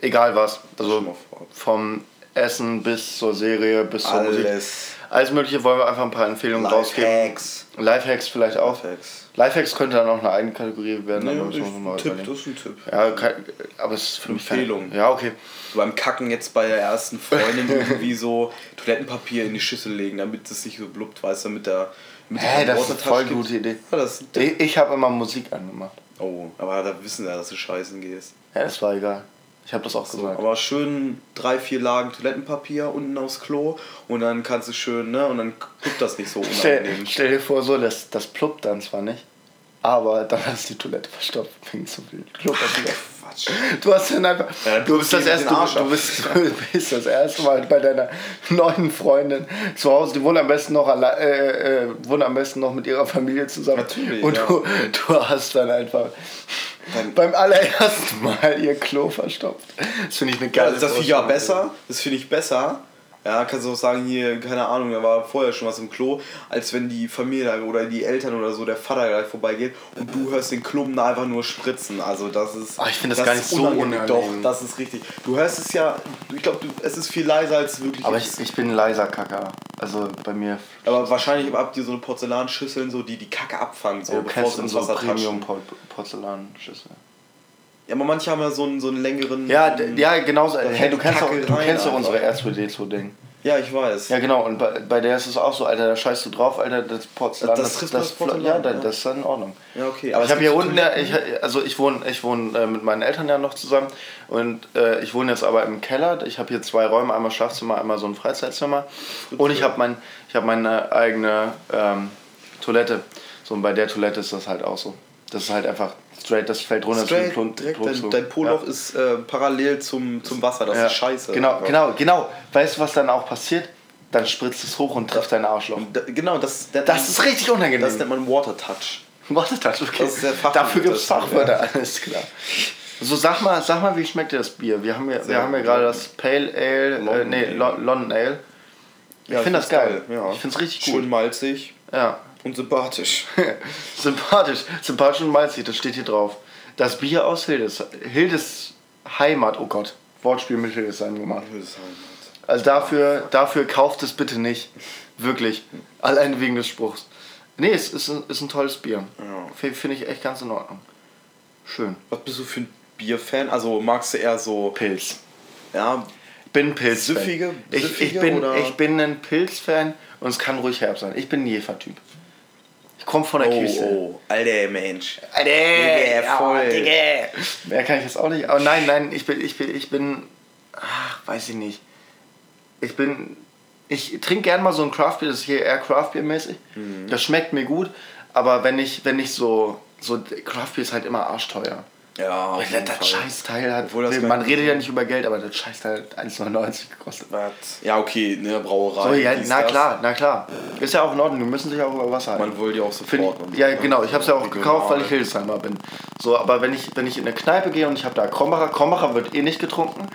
Speaker 1: Egal was.
Speaker 2: Schon
Speaker 1: Also
Speaker 2: mal vorab.
Speaker 1: vom Essen bis zur Serie, bis zur Musik.
Speaker 2: Alles.
Speaker 1: Alles Mögliche wollen wir einfach ein paar Empfehlungen rausgeben.
Speaker 2: Lifehacks.
Speaker 1: Lifehacks vielleicht auch.
Speaker 2: Lifehacks.
Speaker 1: Lifehacks könnte dann auch eine eigene Kategorie werden,
Speaker 2: Nee,
Speaker 1: aber
Speaker 2: das,
Speaker 1: müssen
Speaker 2: ist
Speaker 1: wir uns
Speaker 2: ein
Speaker 1: mal
Speaker 2: Tipp,
Speaker 1: überlegen.
Speaker 2: das ist ein Tipp.
Speaker 1: Ja, kein, aber es ist für mich keine-
Speaker 2: Empfehlung.
Speaker 1: Ja, okay.
Speaker 2: So beim Kacken jetzt bei der ersten Freundin irgendwie so Toilettenpapier in die Schüssel legen, damit es nicht so blubbt, weißt du, mit der. Mit
Speaker 1: Hä,
Speaker 2: der
Speaker 1: das ist eine voll
Speaker 2: Watertasche
Speaker 1: gute
Speaker 2: gibt.
Speaker 1: Idee.
Speaker 2: Ja, das ist ein Tipp.
Speaker 1: Ich, ich habe immer Musik angemacht.
Speaker 2: Oh, aber da wissen sie ja, dass du scheißen gehst.
Speaker 1: Ja, das war egal. Ich habe das auch
Speaker 2: So,
Speaker 1: gesagt.
Speaker 2: aber schön drei, vier Lagen Toilettenpapier unten aufs Klo und dann kannst du schön, ne? Und dann guckt das nicht so
Speaker 1: Stell,
Speaker 2: unangenehm.
Speaker 1: stell dir vor, so, das, das ploppt dann zwar nicht, aber dann hast du die Toilette verstopft wegen zu viel Klopapier.
Speaker 2: Quatsch.
Speaker 1: Du hast dann einfach.
Speaker 2: Ja, dann
Speaker 1: du, bist das
Speaker 2: ploppt
Speaker 1: erste,
Speaker 2: dir den Arsch
Speaker 1: du,
Speaker 2: ab.
Speaker 1: bist, du bist das erste Mal bei deiner neuen Freundin zu Hause. Die wohnt am besten noch, alle, äh, äh, wohnt am besten noch mit ihrer Familie zusammen.
Speaker 2: Natürlich,
Speaker 1: Und
Speaker 2: ja.
Speaker 1: du, du hast dann einfach
Speaker 2: Dann-
Speaker 1: beim allerersten Mal ihr Klo verstopft. Das finde ich eine
Speaker 2: Ja,
Speaker 1: geile
Speaker 2: das finde ich ja
Speaker 1: Vorstellung.
Speaker 2: besser. Das finde ich besser. Ja, kannst du auch sagen, hier, keine Ahnung, da war vorher schon was im Klo, als wenn die Familie da- oder die Eltern oder so, der Vater gleich vorbeigeht und du hörst den Klumpen einfach nur spritzen. Also das ist.
Speaker 1: Ah, ich finde das gar nicht
Speaker 2: ist
Speaker 1: so unangenehm.
Speaker 2: Doch, das ist richtig. Du hörst es ja, ich glaube, es ist viel leiser als wirklich.
Speaker 1: Aber
Speaker 2: ist.
Speaker 1: ich, ich bin ein leiser Kacker. Also bei mir.
Speaker 2: Aber wahrscheinlich habt ihr so eine Porzellanschüsseln, so, die die Kacke abfangen, so,
Speaker 1: Du
Speaker 2: bevor
Speaker 1: kennst
Speaker 2: sie ins
Speaker 1: unsere
Speaker 2: Wasser tatschen.
Speaker 1: Premium-Porzellanschüssel.
Speaker 2: Ja, aber manche haben ja so einen, so einen längeren.
Speaker 1: Ja, d- ja, genauso.
Speaker 2: Da
Speaker 1: Hey,
Speaker 2: fällt
Speaker 1: du kennst doch
Speaker 2: Kacke
Speaker 1: du
Speaker 2: rein
Speaker 1: kennst doch
Speaker 2: einfach.
Speaker 1: unsere R2D2-Ding.
Speaker 2: Ja, ich weiß.
Speaker 1: Ja, genau. Und bei, bei der ist es auch so, Alter, da scheißt du drauf, Alter, das Porzellan.
Speaker 2: Das- das trifft das
Speaker 1: Fla-
Speaker 2: Porzellan,
Speaker 1: Ja, da-
Speaker 2: ja.
Speaker 1: das ist dann in Ordnung.
Speaker 2: Ja, okay.
Speaker 1: Aber ich
Speaker 2: es
Speaker 1: habe
Speaker 2: gibt
Speaker 1: hier
Speaker 2: so
Speaker 1: unten, ja, ich, also ich wohne, ich wohne äh, mit meinen Eltern ja noch zusammen und äh, ich wohne jetzt aber im Keller. Ich habe hier zwei Räume, einmal Schlafzimmer, einmal so ein Freizeitzimmer und ich habe mein, ich hab meine eigene ähm, Toilette. So, und bei der Toilette ist das halt auch so. Das ist halt einfach straight, das fällt runter. das ist ein
Speaker 2: Straight,
Speaker 1: Plump-
Speaker 2: direkt,
Speaker 1: Plumpsloch.
Speaker 2: dein, dein Poloch ist äh, parallel zum, zum Wasser, das
Speaker 1: Ja.
Speaker 2: ist scheiße.
Speaker 1: Genau,
Speaker 2: Ja.
Speaker 1: genau, genau. Weißt du, was dann auch passiert? Dann spritzt es hoch und trifft deinen Arschloch.
Speaker 2: Da, genau, das, nennt
Speaker 1: Das
Speaker 2: man-
Speaker 1: ist richtig unangenehm.
Speaker 2: Das nennt man Water Touch.
Speaker 1: Warte, das, okay.
Speaker 2: Das ist der Fachmann,
Speaker 1: Dafür gibt es
Speaker 2: das-
Speaker 1: Fachwörter, alles klar. So, sag mal, sag mal, wie schmeckt dir das Bier? Wir haben ja, wir
Speaker 2: Sehr
Speaker 1: haben ja
Speaker 2: gut.
Speaker 1: gerade das Pale Ale, äh,
Speaker 2: London
Speaker 1: nee,
Speaker 2: Ale.
Speaker 1: Lo- London Ale. Ich finde das geil. Ich finde es richtig
Speaker 2: Schön
Speaker 1: gut.
Speaker 2: malzig
Speaker 1: Ja.
Speaker 2: und sympathisch.
Speaker 1: Sympathisch. Sympathisch und malzig, das steht hier drauf. Das Bier aus Hildes. Hildes Heimat, oh Gott. Wortspiel mit Hildesheim gemacht. Also dafür, dafür kauft es bitte nicht. Wirklich. Allein wegen des Spruchs. Nee, es ist ein, ist ein tolles Bier.
Speaker 2: Ja.
Speaker 1: F- Finde ich echt ganz in Ordnung. Schön.
Speaker 2: Was bist du für ein Bierfan? Also magst du eher so,
Speaker 1: Pilz.
Speaker 2: ja,
Speaker 1: Bin Pilz.
Speaker 2: Süffige-
Speaker 1: ich, ich,
Speaker 2: süffige
Speaker 1: bin,
Speaker 2: oder-
Speaker 1: ich bin ein Pilz-Fan und es kann ruhig herb sein. Ich bin ein Jefer-Typ. Ich komme von der
Speaker 2: oh,
Speaker 1: Küche.
Speaker 2: oh, alter Mensch.
Speaker 1: Alter,
Speaker 2: Digga,
Speaker 1: ja,
Speaker 2: voll.
Speaker 1: Digga. Mehr kann ich jetzt auch nicht. Aber nein, nein, ich bin, ich bin, ich bin, ach, weiß ich nicht. Ich bin, ich trinke gern mal so ein Craft Beer, das ist hier eher Craft Beer mäßig.
Speaker 2: Mhm.
Speaker 1: Das schmeckt mir gut, aber wenn ich, wenn ich so, so Craft Beer ist halt immer arschteuer.
Speaker 2: Ja, auf
Speaker 1: Weil
Speaker 2: jeden
Speaker 1: das
Speaker 2: Fall.
Speaker 1: Scheißteil hat,
Speaker 2: Obwohl das gar
Speaker 1: man
Speaker 2: nicht
Speaker 1: redet
Speaker 2: so-
Speaker 1: ja nicht über Geld, aber das Scheißteil hat 1,99 gekostet.
Speaker 2: Was? Ja, okay, ne, Brauerei.
Speaker 1: So, Oh ja,
Speaker 2: dies,
Speaker 1: na
Speaker 2: das.
Speaker 1: klar, na klar. Ist ja auch in Ordnung, wir müssen sich auch über Wasser halten.
Speaker 2: Man will die auch sofort.
Speaker 1: Find,
Speaker 2: und
Speaker 1: ich,
Speaker 2: so,
Speaker 1: ja,
Speaker 2: ne?
Speaker 1: genau, ich habe es ja auch
Speaker 2: Regional.
Speaker 1: gekauft, weil ich Hildesheimer bin. So, aber wenn ich, wenn ich in eine Kneipe gehe und ich habe da Krombacher, Krombacher wird eh nicht getrunken.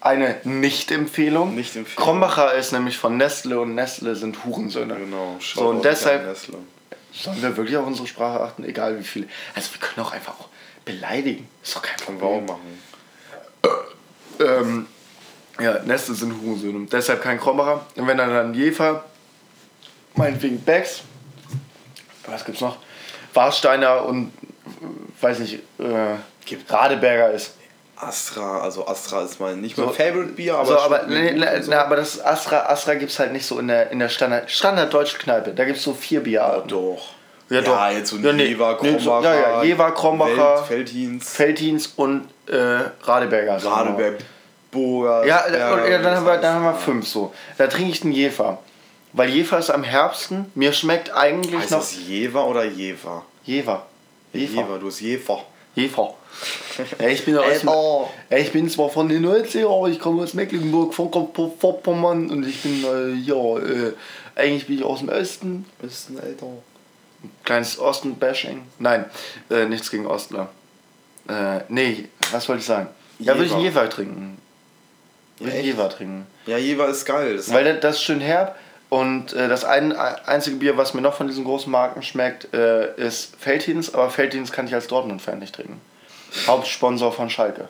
Speaker 1: Eine Nicht-Empfehlung.
Speaker 2: Nicht-Empfehlung.
Speaker 1: Krombacher ist nämlich von Nestle und Nestle sind Hurensöhne.
Speaker 2: Genau,
Speaker 1: So,
Speaker 2: Shoutout an
Speaker 1: und deshalb
Speaker 2: Nestle.
Speaker 1: sollen wir wirklich auf unsere Sprache achten, egal wie viele. Also, wir können auch einfach auch beleidigen. Ist doch kein
Speaker 2: Können wir auch
Speaker 1: Problem.
Speaker 2: machen.
Speaker 1: Ähm, ja, Nestle sind Hurensöhne. Deshalb kein Krombacher. Und wenn dann dann Jefer, meinetwegen Becks, was gibt's noch? Warsteiner und äh, weiß nicht, äh,
Speaker 2: Gibt-
Speaker 1: Radeberger ist.
Speaker 2: Astra, also Astra ist mein nicht
Speaker 1: So.
Speaker 2: mein Favorite Bier, aber,
Speaker 1: Aber so, aber,
Speaker 2: schmeckt mir
Speaker 1: nee,
Speaker 2: gut
Speaker 1: nee,
Speaker 2: und so.
Speaker 1: nee, aber das Astra, Astra gibt's halt nicht so in der, in der Standard, Standarddeutschen Kneipe. Da gibt's so vier Bierarten.
Speaker 2: doch.
Speaker 1: Ja,
Speaker 2: Ja,
Speaker 1: doch.
Speaker 2: jetzt so ein
Speaker 1: Ja, nee.
Speaker 2: Jever,
Speaker 1: Nee, so-
Speaker 2: Krombacher.
Speaker 1: ja, ja, Jever, Krombacher,
Speaker 2: Feld, Feldhins,
Speaker 1: Veltins und äh, Radeberger. sind
Speaker 2: Radeberg, Burger.
Speaker 1: Ja, äh, und, ja dann, haben wir, dann haben wir fünf so. Da trinke ich einen Jefer. Weil Jefer ist am Herbsten. Mir schmeckt eigentlich
Speaker 2: Heißt
Speaker 1: noch
Speaker 2: das Jever oder Jever?
Speaker 1: Jever. Jever.
Speaker 2: Jever, du hast Jever.
Speaker 1: Jefer. Ich bin, aus,
Speaker 2: Jefer.
Speaker 1: ich bin zwar von den 90 aber ich komme aus Mecklenburg-Vorpommern und ich bin, äh, ja, äh, eigentlich bin ich aus dem Osten.
Speaker 2: Bist ein Alter.
Speaker 1: Kleines Osten-Bashing. Nein, äh, nichts gegen Ostler. Äh, nee, was wollte ich sagen? Ja, würde ich einen
Speaker 2: Jever.
Speaker 1: Jefer trinken. Würde ich
Speaker 2: echt?
Speaker 1: Jefer trinken.
Speaker 2: Ja, Jever ist geil. Das
Speaker 1: Weil das- das ist schön herb und äh, das ein, ein- einzige Bier, was mir noch von diesen großen Marken schmeckt, äh, ist Feltins, aber Feltins kann ich als Dortmund-Fan nicht trinken. Hauptsponsor von Schalke.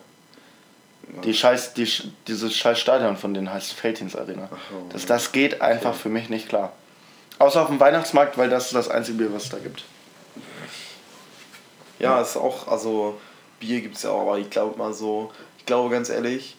Speaker 1: Die scheiß, die, sch- dieses scheiß Stadion von denen heißt Feltins Arena.
Speaker 2: so.
Speaker 1: Das, das geht einfach für mich nicht klar. Außer auf dem Weihnachtsmarkt, weil das ist das einzige Bier, was es da gibt.
Speaker 2: Ja, ist auch, also Bier gibt es ja auch, aber ich glaube mal so, ich glaube ganz ehrlich,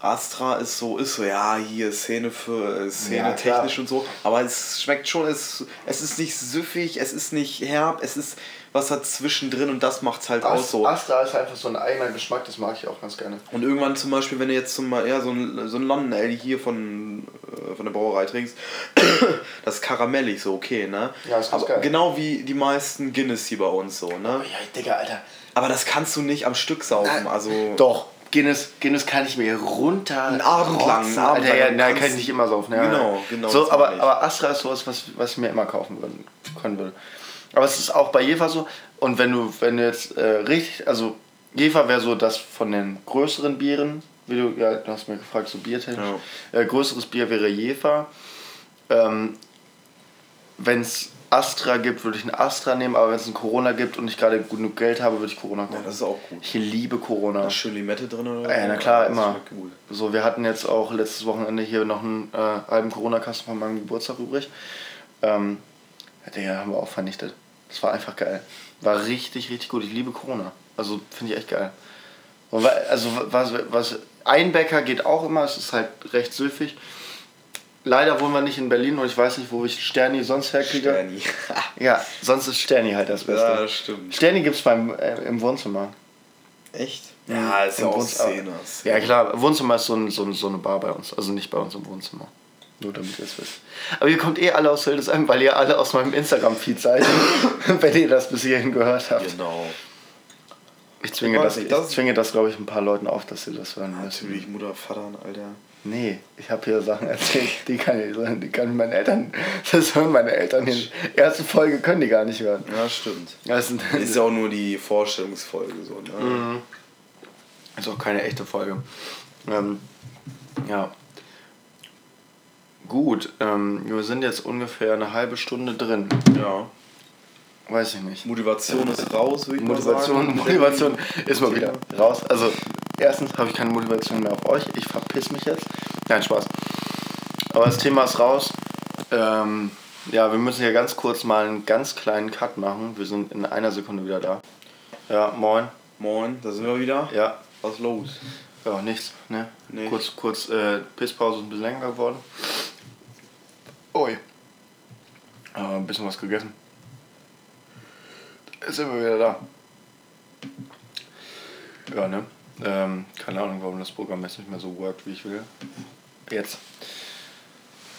Speaker 2: Astra ist so, ist so, ja, hier Szene für äh, Szene
Speaker 1: Ja, klar.
Speaker 2: technisch und so, aber es schmeckt schon, es, es ist nicht süffig, es ist nicht herb, es ist was hat zwischendrin und das macht's halt auch so.
Speaker 1: Asta ist einfach so ein eigener Geschmack, das mag ich auch ganz gerne.
Speaker 2: Und irgendwann zum Beispiel, wenn du jetzt zum Beispiel ja, so ein, so ein London Ale hier von, äh, von der Brauerei trinkst, das ist karamellig so, okay, ne?
Speaker 1: Ja, ist ganz
Speaker 2: Aber
Speaker 1: geil.
Speaker 2: Genau wie die meisten Guinness hier bei uns so, ne?
Speaker 1: Oh Ja, Digga, Alter.
Speaker 2: Aber das kannst du nicht am Stück saufen, also...
Speaker 1: Doch, Guinness, Guinness kann ich mir runter.
Speaker 2: Einen Abend lang, einen Abend
Speaker 1: Alter,
Speaker 2: lang.
Speaker 1: ja, nein,
Speaker 2: Kannst-
Speaker 1: kann ich nicht immer saufen. Ja,
Speaker 2: Genau,
Speaker 1: ja.
Speaker 2: genau, das
Speaker 1: So,
Speaker 2: meine
Speaker 1: aber,
Speaker 2: ich.
Speaker 1: aber Astra ist sowas, was, was ich mir immer kaufen würden, können würde. Aber es ist auch bei Jefer so. Und wenn du, wenn du jetzt äh, richtig, also Jefer wäre so das von den größeren Bieren, wie du, ja, du hast mir gefragt, so biertechnisch. Äh, größeres Bier wäre Jefer. Ähm, wenn es Astra gibt, würde ich einen Astra nehmen, aber wenn es einen Corona gibt und ich gerade gut genug Geld habe, würde ich Corona
Speaker 2: Ja,
Speaker 1: kaufen.
Speaker 2: das ist auch gut.
Speaker 1: ich liebe Corona.
Speaker 2: Da ist schön Limette drin oder
Speaker 1: Ja, na klar,
Speaker 2: Das
Speaker 1: immer.
Speaker 2: schmeckt gut.
Speaker 1: So, wir hatten jetzt auch letztes Wochenende hier noch einen äh, halben Corona-Kasten von meinem Geburtstag übrig. Ähm, den haben wir auch vernichtet. Das war einfach geil. War richtig, richtig gut. Ich liebe Corona. Also finde ich echt geil. Und wa- also was, was Einbäcker geht auch immer, es ist halt recht süffig. Leider wohnen wir nicht in Berlin und ich weiß nicht, wo ich Sterni sonst herkriege.
Speaker 2: Sterni.
Speaker 1: Ja, sonst ist Sterni halt das Beste.
Speaker 2: ja, das stimmt.
Speaker 1: Sterni gibt es äh, im Wohnzimmer.
Speaker 2: Echt? Ja, ist ja
Speaker 1: Mhm. Im
Speaker 2: auch
Speaker 1: Wohnzimmer.
Speaker 2: Szene.
Speaker 1: Ja klar, Wohnzimmer ist so, ein, so, ein, so eine Bar bei uns. Also nicht bei uns im Wohnzimmer. Nur damit ihr es wisst. Aber ihr kommt eh alle aus Hildesheim, weil ihr alle aus meinem Instagram-Feed seid, wenn ihr das bis hierhin gehört habt.
Speaker 2: Genau.
Speaker 1: Ich zwinge
Speaker 2: Ich weiß
Speaker 1: das, ich
Speaker 2: nicht, das-
Speaker 1: zwinge das glaube ich, ein paar Leuten auf, dass sie das hören müssen.
Speaker 2: Natürlich Mutter, Vater, Alter.
Speaker 1: Nee, ich habe hier Sachen erzählt, die kann ich hören, die können meine Eltern, das hören meine Eltern in der ersten Folge, können die gar nicht hören.
Speaker 2: Ja, stimmt.
Speaker 1: Das ist,
Speaker 2: Ist ja auch nur die Vorstellungsfolge so, ne?
Speaker 1: Mhm. Ist auch keine echte Folge. Ähm, ja. Gut, ähm, wir sind jetzt ungefähr eine halbe Stunde drin.
Speaker 2: Ja.
Speaker 1: Weiß ich nicht.
Speaker 2: Motivation ist raus, würde ich mal
Speaker 1: Motivation,
Speaker 2: sagen.
Speaker 1: Motivation ist mal wieder raus. Also, erstens habe ich keine Motivation mehr auf euch. Ich verpiss mich jetzt. Nein, Spaß. Aber das Thema ist raus. Ähm, ja, wir müssen hier ganz kurz mal einen ganz kleinen Cut machen. Wir sind in einer Sekunde wieder da. Ja, moin.
Speaker 2: Moin, da sind wir wieder.
Speaker 1: Ja,
Speaker 2: Was ist los?
Speaker 1: Ja, nichts, ne?
Speaker 2: Nee.
Speaker 1: Kurz, kurz, äh, Pisspause ist ein bisschen länger geworden. Ui. Aber ein bisschen was gegessen. Jetzt sind wir wieder da. Ja, ne? Ähm, keine Ahnung, warum das Programm jetzt nicht mehr so workt, wie ich will. Jetzt.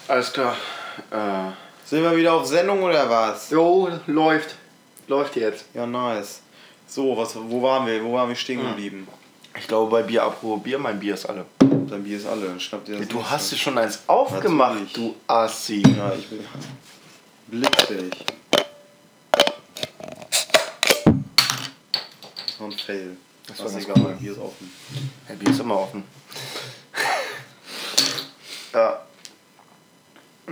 Speaker 1: Alles klar. Äh,
Speaker 2: Sind wir wieder auf Sendung oder was?
Speaker 1: jo, läuft. Läuft jetzt.
Speaker 2: Ja, nice. So, was, wo waren wir? Wo waren wir
Speaker 1: Mhm.
Speaker 2: stehen geblieben?
Speaker 1: Ich glaube, bei Bier, apropos Bier, mein Bier ist alle.
Speaker 2: Dein Bier ist alle, dann schnapp dir das.
Speaker 1: Du
Speaker 2: nächste.
Speaker 1: hast dir schon eins aufgemacht,
Speaker 2: Natürlich.
Speaker 1: du Assi.
Speaker 2: Ja, ich bin blitzig. Das war ein Fail.
Speaker 1: Das war
Speaker 2: Das war
Speaker 1: ganz
Speaker 2: egal,
Speaker 1: cool.
Speaker 2: hier ist offen.
Speaker 1: Ja, Bier ist immer offen. ja.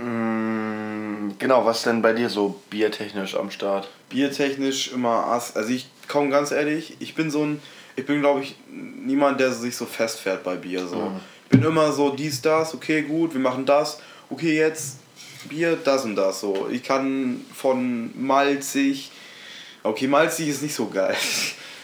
Speaker 1: Mm, Genau, was denn bei dir so biertechnisch am Start?
Speaker 2: Biertechnisch immer ass. Also ich komm ganz ehrlich, ich bin so ein, ich bin glaube ich niemand, der sich so festfährt bei Bier so.
Speaker 1: Mhm.
Speaker 2: Ich bin immer so dies das, okay gut, wir machen das, okay jetzt Bier das und das so. Ich kann von malzig, okay malzig ist nicht so geil.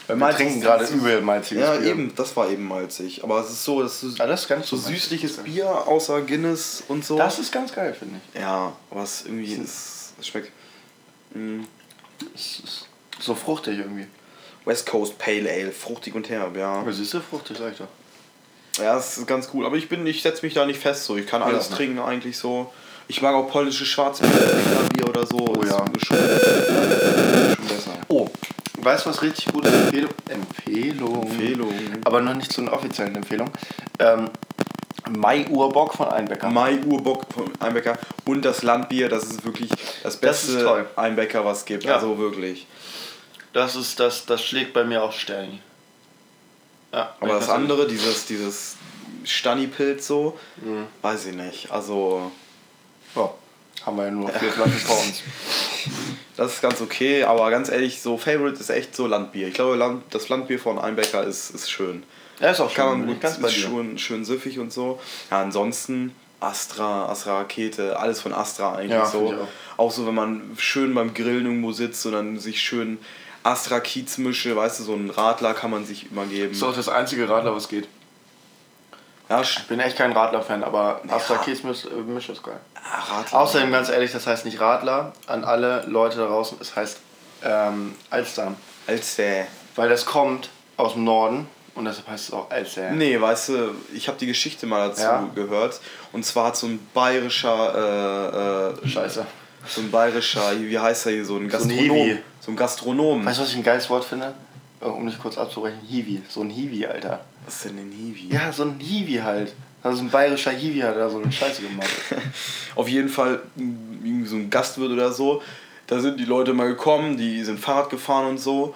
Speaker 1: Wir
Speaker 2: Malzig
Speaker 1: trinken
Speaker 2: ist-
Speaker 1: gerade übel malziges
Speaker 2: Ja,
Speaker 1: Bier.
Speaker 2: eben, das war eben malzig. Aber es ist so, das ist
Speaker 1: Ah, das ist ganz
Speaker 2: so
Speaker 1: malzig.
Speaker 2: süßliches Bier außer Guinness und so.
Speaker 1: Das ist ganz geil, finde ich.
Speaker 2: ja, was irgendwie ist, es schmeckt. Mm,
Speaker 1: Es ist so fruchtig irgendwie.
Speaker 2: West Coast Pale Ale, fruchtig und herb, ja.
Speaker 1: Aber süße fruchtig, sag ich doch.
Speaker 2: Ja, das ist ganz cool. Aber ich bin, ich setze mich da nicht fest so. Ich kann alles
Speaker 1: Ja.
Speaker 2: trinken eigentlich so. Ich mag auch polnische Schwarzbier Bier oder so.
Speaker 1: Oh
Speaker 2: ist
Speaker 1: ja.
Speaker 2: Schon, schon besser.
Speaker 1: Oh, Weißt du, was richtig gute Empfehlung? Empfehlung.
Speaker 2: Empfehlung.
Speaker 1: Aber noch nicht zu einer offiziellen Empfehlung. Ähm, Mai Urbock von Einbecker.
Speaker 2: Mai Urbock von Einbecker und das Landbier, das ist wirklich das
Speaker 1: Das ist
Speaker 2: beste
Speaker 1: toll.
Speaker 2: Einbecker, was es gibt.
Speaker 1: Ja.
Speaker 2: Also wirklich.
Speaker 1: Das ist das, das schlägt bei mir auch Stellen. Ja,
Speaker 2: Aber das andere, dieses, dieses Stannipilz so, weiß ich nicht. Also,
Speaker 1: Ja, Oh, haben wir ja nur noch vier Flaschen vor uns.
Speaker 2: das ist ganz okay, aber ganz ehrlich, so Favorite ist echt so Landbier. Ich glaube, Land, das Landbier von Einbecker ist, ist schön. Mhm.
Speaker 1: Ja, ist auch schön,
Speaker 2: Kann man
Speaker 1: bin
Speaker 2: gut,
Speaker 1: ich ganz bei
Speaker 2: ist
Speaker 1: dir.
Speaker 2: schön, schön süffig und so. Ja, ansonsten Astra, Astra Rakete, alles von Astra eigentlich
Speaker 1: Ja,
Speaker 2: so.
Speaker 1: find ich
Speaker 2: Auch. so, wenn man schön beim Grillen irgendwo sitzt und dann sich schön Astra Kiez mische, weißt du, so einen Radler kann man sich immer geben.
Speaker 1: Ist auch das einzige Radler, was geht.
Speaker 2: Ja, sch-
Speaker 1: Ich bin echt kein Radler-Fan, aber Astra
Speaker 2: Ja.
Speaker 1: Kiesmisch ist geil.
Speaker 2: ah, Radler.
Speaker 1: Außerdem, ganz ehrlich, das heißt nicht Radler. An alle Leute da draußen, es heißt ähm, Alster.
Speaker 2: Als der.
Speaker 1: Weil das kommt aus dem Norden und deshalb heißt es auch Alster.
Speaker 2: Nee, weißt du, ich habe die Geschichte mal dazu
Speaker 1: Ja.
Speaker 2: gehört. Und zwar hat so ein bayerischer, äh, äh,
Speaker 1: Scheiße.
Speaker 2: so ein bayerischer, wie heißt er hier, so ein
Speaker 1: So ein
Speaker 2: Gastronom. So ein,
Speaker 1: Hiwi.
Speaker 2: Gastronom.
Speaker 1: Weißt du, was ich ein geiles Wort finde? Äh, Um dich kurz abzubrechen, Hiwi. So ein Hiwi, Alter.
Speaker 2: was ist denn ein Hiwi?
Speaker 1: Ja, so ein Hiwi halt. Also ein bayerischer Hiwi hat da so eine Scheiße gemacht.
Speaker 2: Auf jeden Fall m, irgendwie so ein Gastwirt oder so. Da sind die Leute mal gekommen, die sind Fahrrad gefahren und so,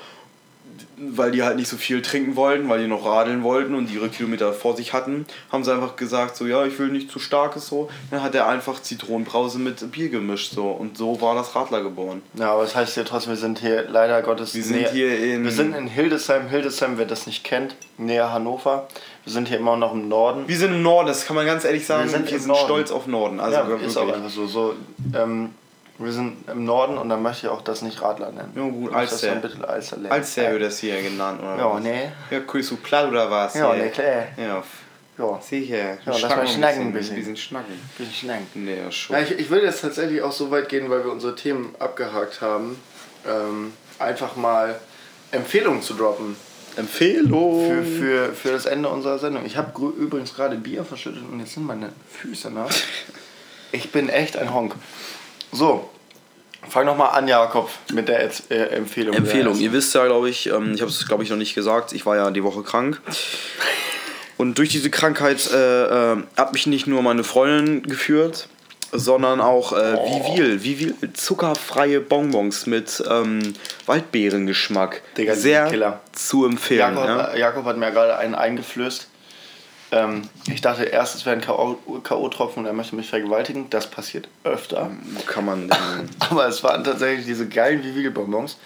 Speaker 2: weil die halt nicht so viel trinken wollten, weil die noch radeln wollten und ihre Kilometer vor sich hatten, haben sie einfach gesagt, so ja, ich will nicht zu starkes so. Dann hat er einfach Zitronenbrause mit Bier gemischt so und so war das Radler geboren.
Speaker 1: Ja, aber das heißt ja trotzdem, wir sind hier leider Gottes
Speaker 2: Wir sind hier in-
Speaker 1: Wir sind in Hildesheim. Hildesheim, wer das nicht kennt, näher Hannover. Wir sind hier immer noch im Norden.
Speaker 2: Wir sind im Norden, das kann man ganz ehrlich sagen, wir sind,
Speaker 1: im Norden.
Speaker 2: stolz auf Norden. Also
Speaker 1: ja,
Speaker 2: wirklich.
Speaker 1: ist auch einfach so. so ähm, wir sind im Norden und dann möchte ich auch das nicht Radler nennen.
Speaker 2: Ja, gut,
Speaker 1: Ich möchte das
Speaker 2: Alster.
Speaker 1: dann bitte Alster nennen.
Speaker 2: Als der wird das hier genannt, oder?
Speaker 1: Ja,
Speaker 2: was?
Speaker 1: ne?
Speaker 2: Ja, Chris Platt oder was?
Speaker 1: Ja,
Speaker 2: ey?
Speaker 1: ne, klar.
Speaker 2: Ja,
Speaker 1: Ja,
Speaker 2: sicher.
Speaker 1: lass mal schnacken ein bisschen.
Speaker 2: bisschen schnacken.
Speaker 1: bisschen schnacken.
Speaker 2: Nee, ja, schon.
Speaker 1: Ja, ich, ich will jetzt tatsächlich auch so weit gehen, weil wir unsere Themen abgehakt haben. Ähm, einfach mal Empfehlungen zu droppen.
Speaker 2: Empfehlung.
Speaker 1: Für, für, für das Ende unserer Sendung. Ich habe grü- übrigens gerade Bier verschüttet und jetzt sind meine Füße nass. Ich bin echt ein Honk. So, fang nochmal an, Jakob, mit der Erz- äh, Empfehlung.
Speaker 2: Empfehlung.
Speaker 1: Der
Speaker 2: Ihr wisst ja, glaube ich, ähm, ich habe es, glaube ich, noch nicht gesagt, ich war ja die Woche krank. Und durch diese Krankheit äh, äh, hat mich nicht nur meine Freundin geführt, sondern auch äh,
Speaker 1: Oh.
Speaker 2: Vivil, Vivil zuckerfreie Bonbons mit ähm, Waldbeerengeschmack.
Speaker 1: Digga, die
Speaker 2: Sehr
Speaker 1: sind Killer.
Speaker 2: zu empfehlen.
Speaker 1: Jakob,
Speaker 2: ja.
Speaker 1: äh, Jakob hat mir gerade einen eingeflößt. Ähm, ich dachte erst, es wäre ein K.O. K.O.-Tropfen und er möchte mich vergewaltigen. Das passiert öfter.
Speaker 2: Kann man. ähm,
Speaker 1: Aber es waren tatsächlich diese geilen Vivi-Bonbons.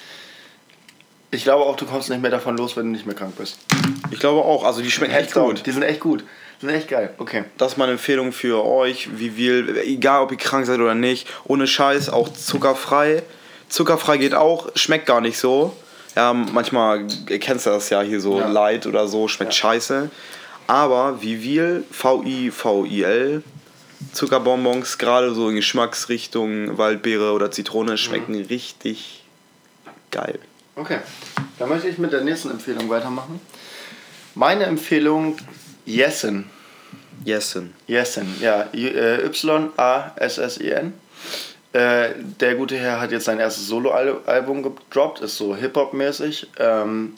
Speaker 1: Ich glaube auch, du kommst nicht mehr davon los, wenn du nicht mehr krank bist.
Speaker 2: ich glaube auch, also die schmecken echt gut.
Speaker 1: Die sind echt gut. Die sind echt geil. Okay.
Speaker 2: Das ist meine Empfehlung für euch, wie viel, egal ob ihr krank seid oder nicht, ohne Scheiß, auch zuckerfrei. Zuckerfrei geht auch, schmeckt gar nicht so. Ja, manchmal kennst du das ja hier so,
Speaker 1: Ja.
Speaker 2: Light oder so, schmeckt scheiße. Aber Vivil, V-I-V-I-L, Zuckerbonbons, gerade so in Geschmacksrichtung Waldbeere oder Zitrone, schmecken richtig geil.
Speaker 1: Okay. Dann möchte ich mit der nächsten Empfehlung weitermachen. Meine Empfehlung: Jessen.
Speaker 2: Yesen.
Speaker 1: Jessen, ja. Y- äh, Y-A-S-S-E-N. E Äh, der gute Herr hat jetzt sein erstes Solo-Album gedroppt, ist so Hip-Hop-mäßig. Ähm,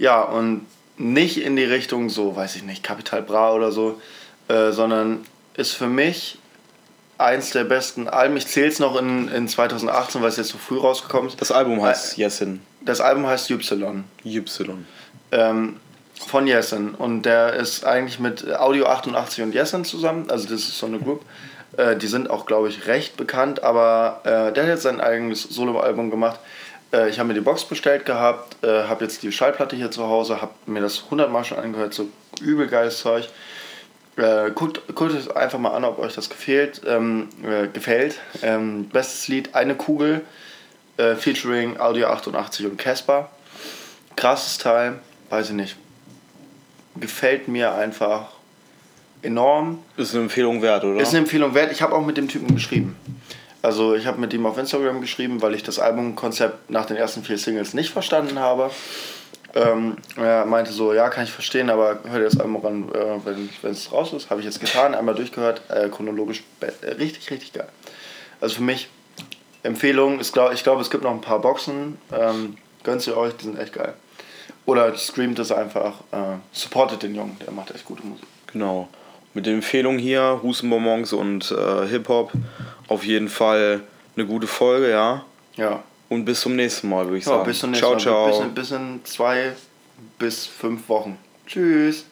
Speaker 1: ja, und nicht in die Richtung so, weiß ich nicht, Capital Bra oder so, äh, sondern ist für mich eins der besten Alben. Ich zähle es noch in, in 2018, weil es jetzt so früh rausgekommen ist.
Speaker 2: Das Album heißt Yesen.
Speaker 1: Das Album heißt Y
Speaker 2: Y.
Speaker 1: ähm, von Jessen. Und der ist eigentlich mit Audio 88 und Jessen zusammen. Also das ist so eine Group. Äh, die sind auch, glaube ich, recht bekannt. Aber äh, der hat jetzt sein eigenes Soloalbum gemacht. Äh, ich habe mir die Box bestellt gehabt, äh, habe jetzt die Schallplatte hier zu Hause, habe mir das 100 Mal schon angehört. So übel geiles Zeug. Äh, guckt, guckt es einfach mal an, ob euch das gefällt. Ähm, äh, gefällt. Ähm, bestes Lied, eine Kugel, äh, featuring Audio 88 und Casper krasses Teil, weiß ich nicht. Gefällt mir einfach enorm.
Speaker 2: Ist eine Empfehlung wert, oder?
Speaker 1: Ist eine Empfehlung wert. Ich habe auch mit dem Typen geschrieben. Also ich habe mit ihm auf Instagram geschrieben, weil ich das Albumkonzept nach den ersten vier Singles nicht verstanden habe. Ähm, er meinte so, ja, kann ich verstehen, aber hör dir das Album ran, äh, wenn wenn es raus ist. Habe ich jetzt getan, einmal durchgehört, äh, chronologisch be- äh, richtig, richtig geil. Also für mich Empfehlung, ist, glaub, ich glaube, es gibt noch ein paar Boxen. Ähm, Gönnt sie euch, die sind echt geil. Oder streamt es einfach, äh, supportet den Jungen, der macht echt gute Musik.
Speaker 2: Genau. Mit den Empfehlungen hier, Hustenbonbons und äh, Hip-Hop, auf jeden Fall eine gute Folge, ja.
Speaker 1: Ja.
Speaker 2: Und bis zum nächsten Mal, würde ich
Speaker 1: ja
Speaker 2: sagen.
Speaker 1: bis zum
Speaker 2: ciao,
Speaker 1: nächsten Mal.
Speaker 2: ciao.
Speaker 1: Bis, in- bis in zwei bis fünf Wochen. Tschüss.